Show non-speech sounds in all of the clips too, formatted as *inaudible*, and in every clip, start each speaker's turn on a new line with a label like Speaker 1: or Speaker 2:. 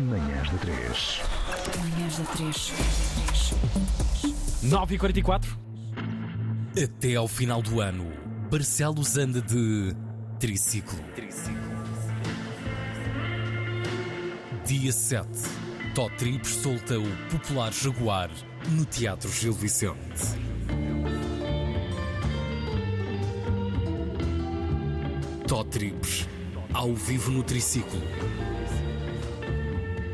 Speaker 1: Manhãs da 3.
Speaker 2: Manhãs da 3.
Speaker 3: 9h44.
Speaker 4: Até ao final do ano, Barcelos anda de triciclo. Dia 7, Tó Tribos solta o popular Jaguar no Teatro Gil Vicente. Tó Tribos, ao vivo no triciclo.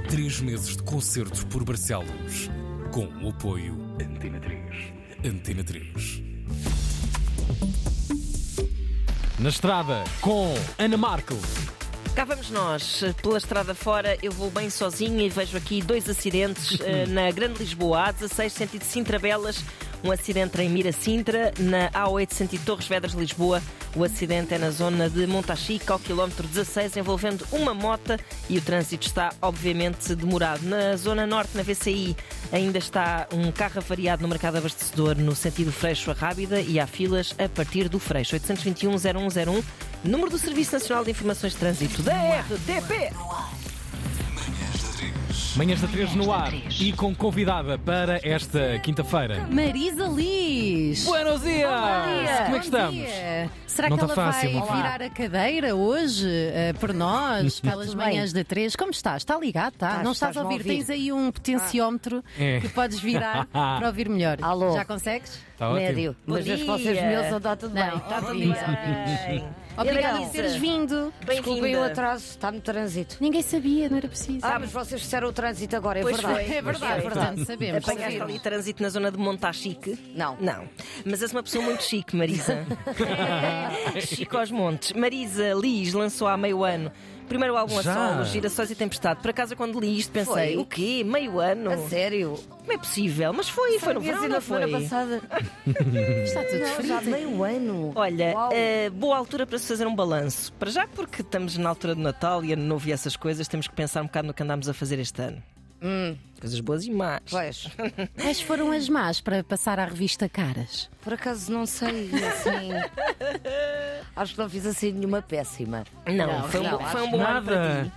Speaker 4: Três meses de concertos por Barcelos, com o apoio
Speaker 1: Antena 3.
Speaker 4: Antena 3.
Speaker 3: Na estrada com Ana Marco.
Speaker 5: Cá vamos nós, pela estrada fora, eu vou bem sozinha e vejo aqui dois acidentes eh, na Grande Lisboa, A16, sentido Sintra-Belas, um acidente em Mira-Sintra, na A8, sentido Torres-Vedras-Lisboa, o acidente é na zona de Montachica, ao quilómetro 16, envolvendo uma mota e o trânsito está, obviamente, demorado. Na zona norte, na VCI, ainda está um carro avariado no mercado abastecedor, no sentido Freixo a Rábida e há filas a partir do Freixo, 821-0101, número do Serviço Nacional de Informações de Trânsito, da RTP.
Speaker 3: Manhãs da 3 no ar e com convidada para esta quinta-feira.
Speaker 2: Marisa Liz.
Speaker 3: Buenos dias! Como é que
Speaker 2: Bom
Speaker 3: estamos?
Speaker 2: dia. Será
Speaker 3: Não
Speaker 2: que
Speaker 3: tá
Speaker 2: ela
Speaker 3: fácil,
Speaker 2: vai
Speaker 3: não tá?
Speaker 2: virar a cadeira hoje eh,
Speaker 3: *laughs*
Speaker 2: por nós, pelas manhãs da 3? Como estás? Está ligado? Tá?
Speaker 6: Tá,
Speaker 2: não estás a
Speaker 6: estás-me a
Speaker 2: ouvir.
Speaker 6: ouvir.
Speaker 2: Tens aí um potenciómetro
Speaker 3: É.
Speaker 2: que podes
Speaker 3: *laughs*
Speaker 2: virar para ouvir melhor.
Speaker 6: Alô.
Speaker 2: Já consegues?
Speaker 3: Está Tá ótimo.
Speaker 6: Médio.
Speaker 5: Bom
Speaker 6: Mas as
Speaker 5: dia.
Speaker 6: vossas meus andam tudo bem.
Speaker 2: Não,
Speaker 6: Tá
Speaker 2: bom
Speaker 6: tudo
Speaker 2: dia.
Speaker 5: Bem.
Speaker 2: Obrigada
Speaker 6: Então,
Speaker 2: por teres vindo.
Speaker 6: Desculpem o
Speaker 5: Bem-vinda.
Speaker 6: atraso, está no trânsito.
Speaker 2: Ninguém sabia, não era preciso.
Speaker 6: Ah, mas vocês disseram o trânsito agora, é
Speaker 5: Pois
Speaker 6: verdade.
Speaker 5: foi.
Speaker 2: é verdade,
Speaker 5: Pois foi.
Speaker 2: portanto, sabemos.
Speaker 5: Apanhaste ali
Speaker 2: Sabemos.
Speaker 5: trânsito na zona de Montachique?
Speaker 6: Não.
Speaker 5: Não. Mas és uma pessoa muito chique, Marisa. Chico aos montes. Marisa Liz lançou há meio ano. Primeiro álbum
Speaker 3: Já?
Speaker 5: a solo, Girassóis e Tempestade. Por acaso, quando li isto, pensei:
Speaker 6: Foi?
Speaker 5: o quê? Meio ano?
Speaker 6: A sério?
Speaker 5: Como é possível? Mas foi, foi no
Speaker 6: Sabias
Speaker 5: verão,
Speaker 6: e
Speaker 5: não
Speaker 6: na semana
Speaker 5: foi?
Speaker 6: passada.
Speaker 2: Está tudo
Speaker 6: Não, já há
Speaker 2: frio.
Speaker 6: meio ano.
Speaker 5: Olha,
Speaker 6: Uau.
Speaker 5: eh, boa altura para se fazer um balanço. Para já, porque estamos na altura de Natal e Ano Novo e essas coisas, temos que pensar um bocado no que andámos a fazer este ano. Coisas boas e más.
Speaker 6: Hum. Pois,
Speaker 2: Quais foram as más para passar à revista Caras?
Speaker 6: por acaso não sei, assim. Acho que não fiz assim nenhuma péssima.
Speaker 5: Não,
Speaker 6: Não,
Speaker 5: foi, um,
Speaker 6: não,
Speaker 5: bo- foi
Speaker 6: acho
Speaker 5: um bom ano para ti.
Speaker 3: Nada,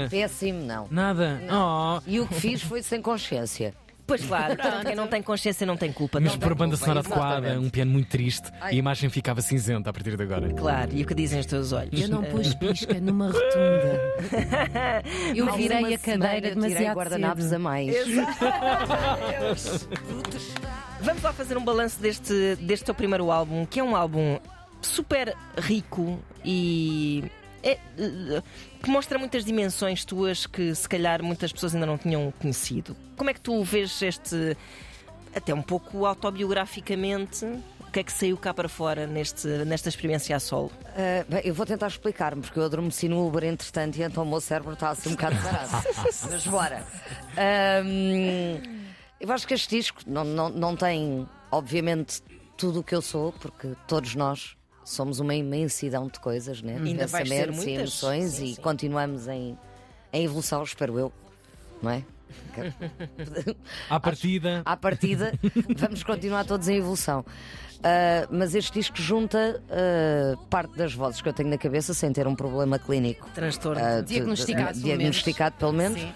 Speaker 3: nada,
Speaker 6: Péssimo, não.
Speaker 3: nada. Oh,
Speaker 6: E o que fiz foi sem consciência.
Speaker 5: Pois claro, portanto, quem não tem consciência não tem culpa.
Speaker 3: mas
Speaker 5: não
Speaker 3: por a
Speaker 5: tem
Speaker 3: banda
Speaker 5: culpa,
Speaker 3: sonora
Speaker 5: exatamente.
Speaker 3: adequada, um piano muito triste e a imagem ficava cinzenta a partir de agora.
Speaker 5: Claro, e o que dizem os teus olhos?
Speaker 2: Eu não pus pisca numa
Speaker 6: *laughs*
Speaker 2: rotunda. Eu
Speaker 6: Há uma
Speaker 2: virei a
Speaker 6: semana
Speaker 2: cadeira
Speaker 6: eu tirei
Speaker 2: demasiado
Speaker 6: guardanapos
Speaker 2: cedo.
Speaker 6: a mais.
Speaker 5: Vamos lá fazer um balanço deste, deste teu primeiro álbum, que é um álbum super rico e. é, eh, que mostra muitas dimensões tuas que se calhar muitas pessoas ainda não tinham conhecido. Como é que tu vês este, até um pouco autobiograficamente, o que é que saiu cá para fora neste, nesta experiência a solo?
Speaker 6: Ah, bem, eu vou tentar explicar-me, porque eu adormeci no Uber entretanto e então o meu cérebro está assim um bocado parado.
Speaker 5: *laughs*
Speaker 6: Mas bora. Ahm, eu acho que este disco não, não, não tem, obviamente, tudo o que eu sou, porque todos nós somos uma imensidão de coisas, né? de
Speaker 5: Ainda vais ser
Speaker 6: pensamentos e
Speaker 5: muitas.
Speaker 6: emoções
Speaker 5: Sim,
Speaker 6: e
Speaker 5: sim.
Speaker 6: continuamos em, em evolução, espero eu, não é?
Speaker 3: À partida,
Speaker 6: à partida, vamos continuar todos em evolução. Ah, mas este disco junta ah, parte das vozes que eu tenho na cabeça sem ter um problema clínico.
Speaker 5: Transtorno.
Speaker 6: ah, de- de-
Speaker 2: Diagnosticado, pelo menos.
Speaker 6: diagnosticado, pelo menos.
Speaker 2: Sim.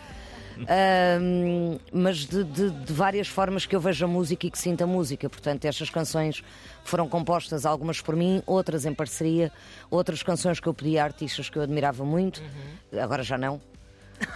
Speaker 6: Ahm, mas de, de- de várias formas que eu vejo a música e que sinto a música. Portanto, estas canções foram compostas, algumas por mim, outras em parceria, outras canções que eu pedi a artistas que eu admirava muito,
Speaker 2: Uhum.
Speaker 6: agora já não.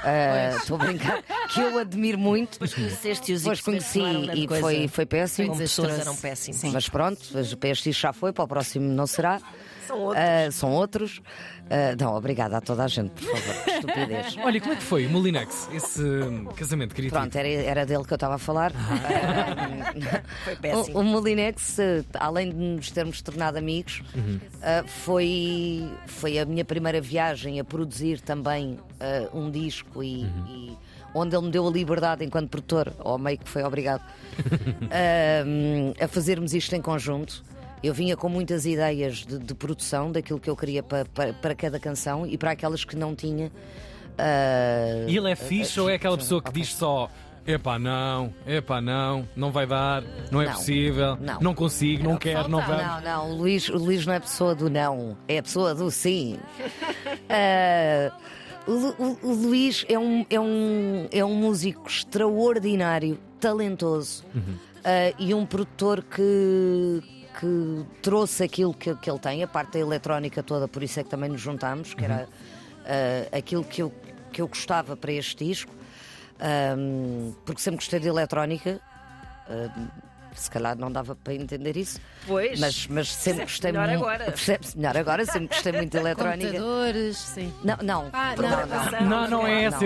Speaker 6: Ah, Estou a brincar, que eu admiro muito.
Speaker 5: Conheceste-os e
Speaker 6: Depois
Speaker 5: percebeste
Speaker 6: conheci
Speaker 5: que não era grande
Speaker 6: e
Speaker 5: coisa.
Speaker 6: foi, foi péssimo.
Speaker 5: Como pessoas eram
Speaker 6: Sim.
Speaker 5: péssimas.
Speaker 6: Mas pronto, mas para este já foi, para o próximo não será. São outros. são outros. Ah, não, obrigada a toda a gente, por favor.
Speaker 5: *laughs*
Speaker 6: que Estupidez.
Speaker 3: olha, como é que foi o Molinex, esse hum, casamento querido?
Speaker 6: Pronto, era, era dele que eu estava a falar. *laughs*
Speaker 5: Foi
Speaker 6: O,
Speaker 5: péssimo.
Speaker 6: o Molinex, eh, além de nos termos tornado amigos, eh, foi, foi a minha primeira viagem a produzir também eh, um disco e, e onde ele me deu a liberdade enquanto produtor, ou meio que foi obrigado, ehm, a fazermos isto em conjunto. Eu vinha com muitas ideias de, de produção daquilo que eu queria pa- pa- para cada canção e para aquelas que não tinha. eh,
Speaker 3: E ele é fixe ou é aquela pessoa que diz só Epá, não, epá, não, não vai dar, não é
Speaker 6: Não,
Speaker 3: possível,
Speaker 6: não.
Speaker 3: não consigo, não quero, não vamos.
Speaker 6: Não, não, o Luís, o Luís não é pessoa do não, é a pessoa do sim. Ah, O, Lu- o- o Luís é um, é, um, é um músico extraordinário, talentoso ah, e um produtor que, que trouxe aquilo que, que ele tem, a parte da eletrónica toda, por isso é que também nos juntámos, que era ah, aquilo que eu, que eu gostava para este disco, Ahm, porque sempre gostei de eletrónica. ahm, se calhar não dava para entender isso,
Speaker 5: Pois.
Speaker 6: mas, mas sempre
Speaker 5: Percebe-se
Speaker 6: gostei
Speaker 5: melhor
Speaker 6: muito.
Speaker 5: agora.
Speaker 6: Percebe-se melhor agora, sempre gostei muito de eletrónica.
Speaker 2: Computadores, sim.
Speaker 6: Não, não.
Speaker 2: Ah, não,
Speaker 6: perdão,
Speaker 3: Não,
Speaker 5: não.
Speaker 3: não é essa
Speaker 6: Não, não, não é essa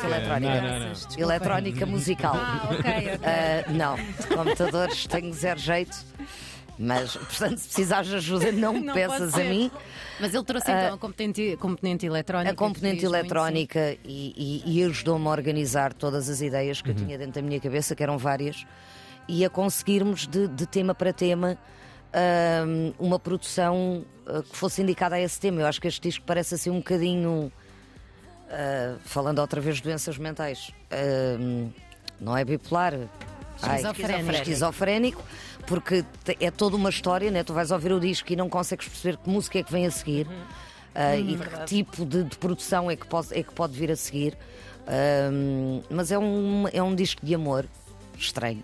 Speaker 3: eletrónica.
Speaker 6: eletrónica.
Speaker 3: Não, não, não.
Speaker 2: Desculpem.
Speaker 6: Eletrónica musical.
Speaker 2: Ah, ok, ok.
Speaker 6: Ah, não, de computadores tenho zero jeito. Mas, portanto, se precisares de ajuda, não me
Speaker 2: Não pode
Speaker 6: peças a
Speaker 2: ser.
Speaker 6: mim.
Speaker 2: *laughs* Mas ele trouxe então a componente, componente eletrónica.
Speaker 6: A componente
Speaker 2: que diz muito,
Speaker 6: eletrónica e, e- e ajudou-me a organizar todas as ideias que eu tinha dentro da minha cabeça, que eram várias, e a conseguirmos de, de tema para tema ahm, uma produção ah, que fosse indicada a esse tema. Eu acho que este disco parece assim um bocadinho. ah, falando outra vez de doenças mentais. ahm, não é bipolar. Ai,
Speaker 2: Esquizofrénico.
Speaker 6: esquizofrénico, porque te- é toda uma história, né? tu vais ouvir o disco e não consegues perceber que música é que vem a seguir ah, e que tipo de, de produção é que, pode, é que pode vir a seguir. Ahm, mas é um, é um disco de amor estranho.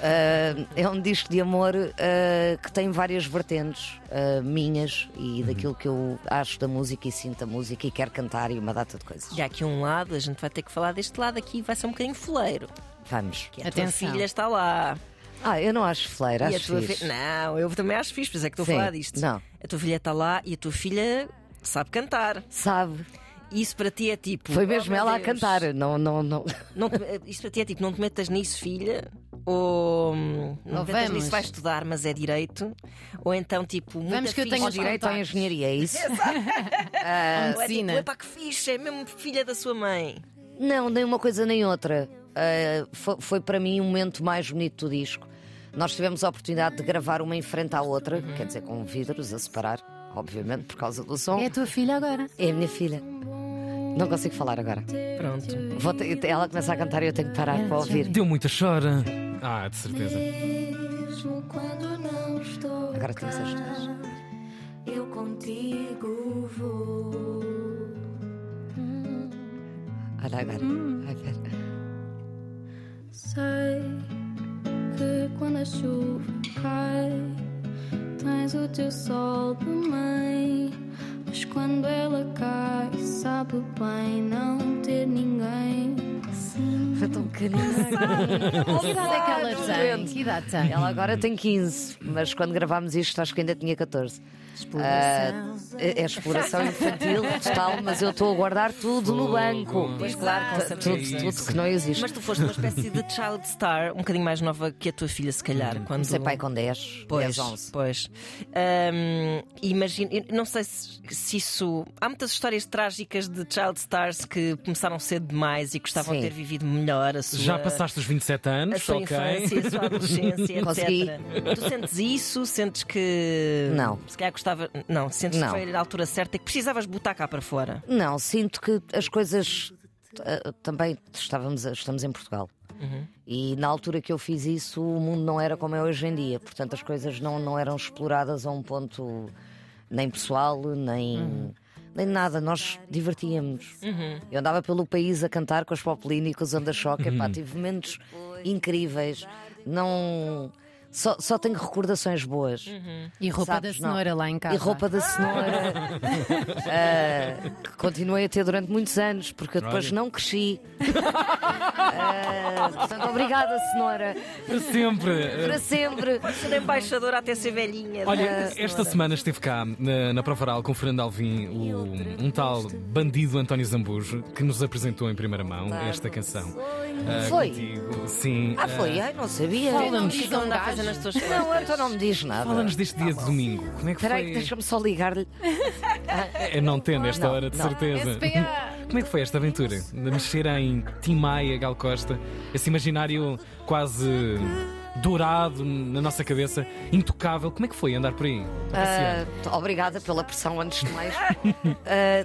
Speaker 6: Ah, é um disco de amor ah, que tem várias vertentes ah, minhas e daquilo que eu acho da música e sinto da música e quero cantar e uma data de coisas.
Speaker 5: E há aqui um lado, a gente vai ter que falar deste lado aqui, vai ser um bocadinho foleiro.
Speaker 6: Vamos.
Speaker 5: Que é a
Speaker 2: Atenção.
Speaker 5: tua filha está lá.
Speaker 6: Ah, eu não acho fleira,
Speaker 5: e a
Speaker 6: acho
Speaker 5: tua
Speaker 6: fixe.
Speaker 5: fi- Não, eu também acho fixe, mas é que estou
Speaker 6: Sim,
Speaker 5: a falar disto.
Speaker 6: não.
Speaker 5: A tua filha está lá e a tua filha sabe cantar.
Speaker 6: Sabe?
Speaker 5: Isso para ti é tipo.
Speaker 6: Foi
Speaker 5: oh,
Speaker 6: mesmo
Speaker 5: meu
Speaker 6: ela
Speaker 5: Deus.
Speaker 6: a cantar. Não, não, não.
Speaker 5: Não te- Isso para ti é tipo, não te metas nisso, filha. Ou hum, não te
Speaker 2: Ou
Speaker 5: metas
Speaker 2: Oh, vamos.
Speaker 5: nisso, vais estudar, mas é direito. Ou então, tipo, muita
Speaker 2: que eu
Speaker 5: ficha-
Speaker 2: tenho
Speaker 6: Ou
Speaker 2: os
Speaker 6: direito à
Speaker 2: contactos.
Speaker 6: engenharia, é isso?
Speaker 2: sim.
Speaker 5: Ou é tipo,
Speaker 2: Medicina.
Speaker 5: epá, que fixe, é mesmo filha da sua mãe.
Speaker 6: Não, nem uma coisa nem outra. Ah, fo- foi, para mim o momento mais bonito do disco. Nós tivemos a oportunidade de gravar uma em frente à outra, quer dizer, com vidros a separar, obviamente, por causa do som.
Speaker 2: É a tua filha agora.
Speaker 6: É a minha filha. Não consigo falar agora.
Speaker 5: Pronto. É.
Speaker 6: Vou ter- ela começa a cantar e eu tenho que parar para ouvir.
Speaker 3: Deu muita chora. Ah, de certeza.
Speaker 7: Mesmo quando não estou
Speaker 6: Agora temos as
Speaker 7: cá,
Speaker 6: duas.
Speaker 7: Eu contigo vou.
Speaker 6: Olha agora. Ai, pera.
Speaker 7: Sei que quando a chuva cai, tens o teu sol de mãe. Mas quando ela cai, sabe bem não ter ninguém.
Speaker 6: Foi tão pequenina.
Speaker 2: Que idade é que ela tem? Que idade tem?
Speaker 6: Ela agora tem 15, mas quando gravámos isto acho que ainda tinha 14.
Speaker 2: Exploração.
Speaker 6: Ah, é, é exploração infantil, total, mas eu estou a guardar tudo no banco.
Speaker 5: Pois claro, com certeza.
Speaker 6: Tudo, tudo que não existe.
Speaker 5: Mas tu foste uma espécie de child star, um bocadinho mais nova que a tua filha, se calhar. Quando...
Speaker 6: Comecei Uhum. é pai com 10,
Speaker 5: Pois,
Speaker 6: 10, 11.
Speaker 5: pois. Ahm, imagino, eu não sei se, se isso. Há muitas histórias trágicas de child stars que começaram cedo demais e gostavam de
Speaker 6: Sim.
Speaker 5: ter vivido melhor a sua,
Speaker 3: Já passaste os 27
Speaker 5: a
Speaker 3: anos,
Speaker 5: sua
Speaker 3: ok?
Speaker 5: infância, a sua adolescência,
Speaker 6: *laughs* Consegui.
Speaker 5: etc. Tu sentes isso? Sentes que.
Speaker 6: Não.
Speaker 5: Se calhar gostava. Não, sentes
Speaker 6: Não.
Speaker 5: que foi a altura certa e que precisavas botar cá para fora.
Speaker 6: Não, sinto que as coisas ah, também estávamos, a- estamos em Portugal. E na altura que eu fiz isso, o mundo não era como é hoje em dia. Portanto, as coisas não, não eram exploradas a um ponto nem pessoal, nem, nem nada. Nós divertíamos. Eu andava pelo país a cantar com as poplínicas, onda choque. Epá, tive momentos incríveis. Não. Só, só tenho recordações boas.
Speaker 2: E roupa
Speaker 6: Sabes,
Speaker 2: da cenoura
Speaker 6: não.
Speaker 2: lá em casa.
Speaker 6: E roupa
Speaker 2: *laughs*
Speaker 6: da cenoura ah, que continuei a ter durante muitos anos, porque eu depois não cresci. *laughs* Ah, portanto, obrigada, cenoura,
Speaker 3: Para *laughs* sempre.
Speaker 6: para sempre.
Speaker 5: Ser embaixadora até ser velhinha. é?
Speaker 3: Olha, esta semana esteve cá na, na Provaral com o Fernando Alvim, o- um tal bandido António Zambujo, que nos apresentou em primeira mão esta canção. Ah,
Speaker 6: Foi?
Speaker 3: contigo. Sim.
Speaker 6: Ah, foi? Ai, não sabia.
Speaker 5: não
Speaker 2: Fala-nos.
Speaker 5: diz onde há coisa nas tuas costas.
Speaker 6: Não, então não me diz nada.
Speaker 3: Ah, Fala-nos deste dia de domingo. Como é que
Speaker 6: Espera aí,
Speaker 3: foi?
Speaker 6: que deixa-me só ligar-lhe.
Speaker 3: É, não tendo esta
Speaker 6: Não,
Speaker 3: hora, de
Speaker 6: não.
Speaker 3: certeza.
Speaker 2: SPA.
Speaker 3: *laughs* Como é que foi esta aventura? De mexer em Tim Maia, Gal Costa, esse imaginário quase dourado na nossa cabeça, intocável. Como é que foi andar por aí?
Speaker 6: Ah, t- obrigada pela pressão, antes de mais. Ah,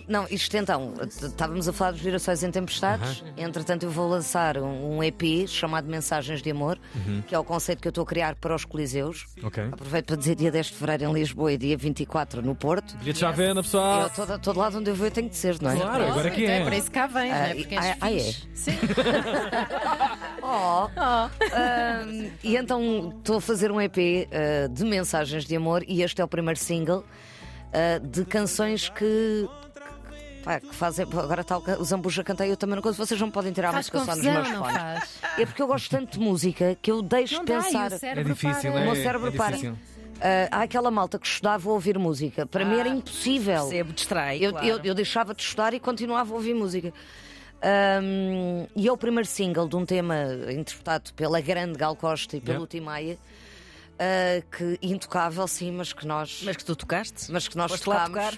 Speaker 6: não, isto então, t- estávamos a falar dos girassóis em tempestades. Entretanto, eu vou lançar um, um EP chamado Mensagens de Amor, que é o conceito que eu estou a criar para os Coliseus.
Speaker 3: Ok.
Speaker 6: Aproveito para dizer dia 10 de fevereiro em Lisboa e dia 24 no Porto.
Speaker 3: Bilhetes já vendo,
Speaker 6: Eu,
Speaker 3: pessoal?
Speaker 6: todo, todo lado onde eu vou eu tenho de ser, não é?
Speaker 3: Ah. Claro, agora que
Speaker 2: então
Speaker 3: é.
Speaker 2: é para isso que cá vem, não
Speaker 6: Ah,
Speaker 2: é? Porque és
Speaker 6: ah, ah, é?
Speaker 2: fixe. Sim.
Speaker 6: Oh. Ahm, e então estou a fazer um EP ah, de mensagens de amor e este é o primeiro single ah, de canções que. pá, que fazem, agora está o ca- o Zambuja cantei, eu também não consigo, vocês não podem tirar a
Speaker 2: Faz
Speaker 6: música só nos meus
Speaker 2: confusão, não
Speaker 6: fones.
Speaker 2: faz?
Speaker 6: É porque eu gosto tanto de música que eu deixo
Speaker 2: Não dá, e
Speaker 6: pensar.
Speaker 2: o
Speaker 3: É
Speaker 2: cérebro
Speaker 3: difícil,
Speaker 2: para.
Speaker 3: é?
Speaker 6: O meu cérebro
Speaker 3: é
Speaker 6: para.
Speaker 3: difícil.
Speaker 6: Ah, há aquela malta que estudava a ouvir música. Para mim
Speaker 2: Ah.
Speaker 6: era impossível.
Speaker 5: Percebo, distrai.
Speaker 6: Eu,
Speaker 5: claro.
Speaker 6: eu- eu deixava de estudar e continuava a ouvir música. Ahm, e é o primeiro single de um tema interpretado pela grande Gal Costa e pelo
Speaker 3: Yeah.
Speaker 6: Timaya ah, que intocável, sim, mas que nós,
Speaker 5: Mas
Speaker 6: mas,
Speaker 5: que tu tocaste?
Speaker 6: que nós
Speaker 5: Foste lá
Speaker 6: tocámos.
Speaker 5: tocar?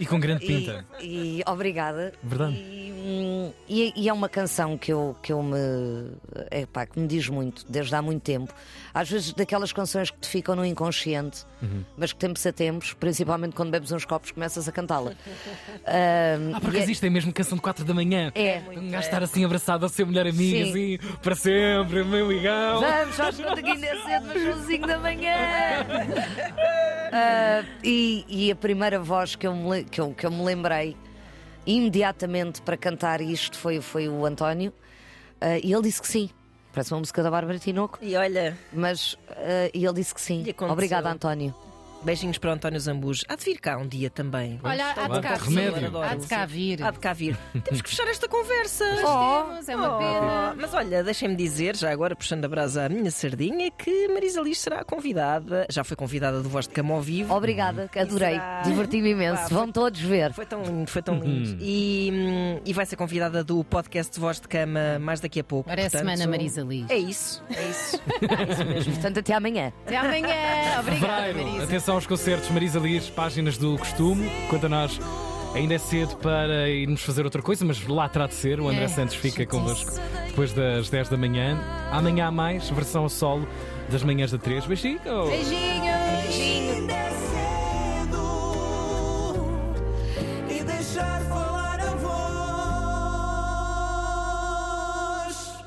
Speaker 3: E com grande
Speaker 6: E,
Speaker 3: pinta.
Speaker 6: e- obrigada.
Speaker 3: Verdade.
Speaker 6: E, hum, e- e é uma canção que eu, que eu me. Epá, que me diz muito, desde há muito tempo. Às vezes, daquelas canções que te ficam no inconsciente,
Speaker 3: Uhum.
Speaker 6: mas que tempos a tempos, principalmente quando bebes uns copos, começas a cantá-la. Ahm,
Speaker 3: Ah, porque
Speaker 6: e é-
Speaker 3: existe a mesma canção de 4 da manhã.
Speaker 6: É.
Speaker 3: Um gajo estar assim abraçado ao seu mulher amiga,
Speaker 6: Sim.
Speaker 3: assim, para sempre, meu ligão.
Speaker 6: Vamos, acho que ainda é cedo, mas são 5
Speaker 5: *laughs*
Speaker 6: da manhã. Ah, e, e a primeira voz que eu me, le- que eu, que eu me lembrei imediatamente para cantar isto foi, foi o António. Ah, e ele disse que sim. Parece uma música da Bárbara Tinoco,
Speaker 5: E olha,
Speaker 6: mas ah, e ele disse que sim.
Speaker 5: Lhe aconteceu.
Speaker 6: Obrigada, António.
Speaker 5: beijinhos para o António Zambujo. Há de vir cá um dia também.
Speaker 2: Olha, há de cá
Speaker 3: Bom, remédio.
Speaker 2: vir. Há de cá vir.
Speaker 5: Há de cá vir. Temos que fechar esta conversa.
Speaker 2: Temos, é uma pena.
Speaker 5: Oh, mas olha, deixem-me dizer, já agora puxando a brasa à minha sardinha, que Marisa Liz será convidada, já foi convidada do Voz de Cama ao vivo.
Speaker 2: Oh.
Speaker 6: Obrigada, que adorei.
Speaker 5: será?
Speaker 6: Diverti-me imenso.
Speaker 5: Ah, foi-
Speaker 6: Vão todos ver.
Speaker 5: Foi tão lindo, foi tão lindo. E, hum, e vai ser convidada do podcast de Voz de Cama mais daqui a pouco.
Speaker 2: Agora é a
Speaker 5: portanto,
Speaker 2: semana, Marisa Liz.
Speaker 5: É isso, é
Speaker 2: *laughs*
Speaker 5: isso.
Speaker 6: Portanto, até amanhã.
Speaker 2: Até amanhã. Obrigada,
Speaker 3: Fevereiro,
Speaker 2: Marisa.
Speaker 3: atenção aos concertos, Marisa Liz, páginas do costume. Quanto a nós, ainda é cedo para irmos fazer outra coisa, mas lá terá de ser. O André
Speaker 2: É,
Speaker 3: Santos fica
Speaker 2: chatice.
Speaker 3: connosco depois das 10 da manhã. Amanhã há mais, versão a solo das manhãs da 3. Beijinho!
Speaker 2: Beijinhos. Beijinhos.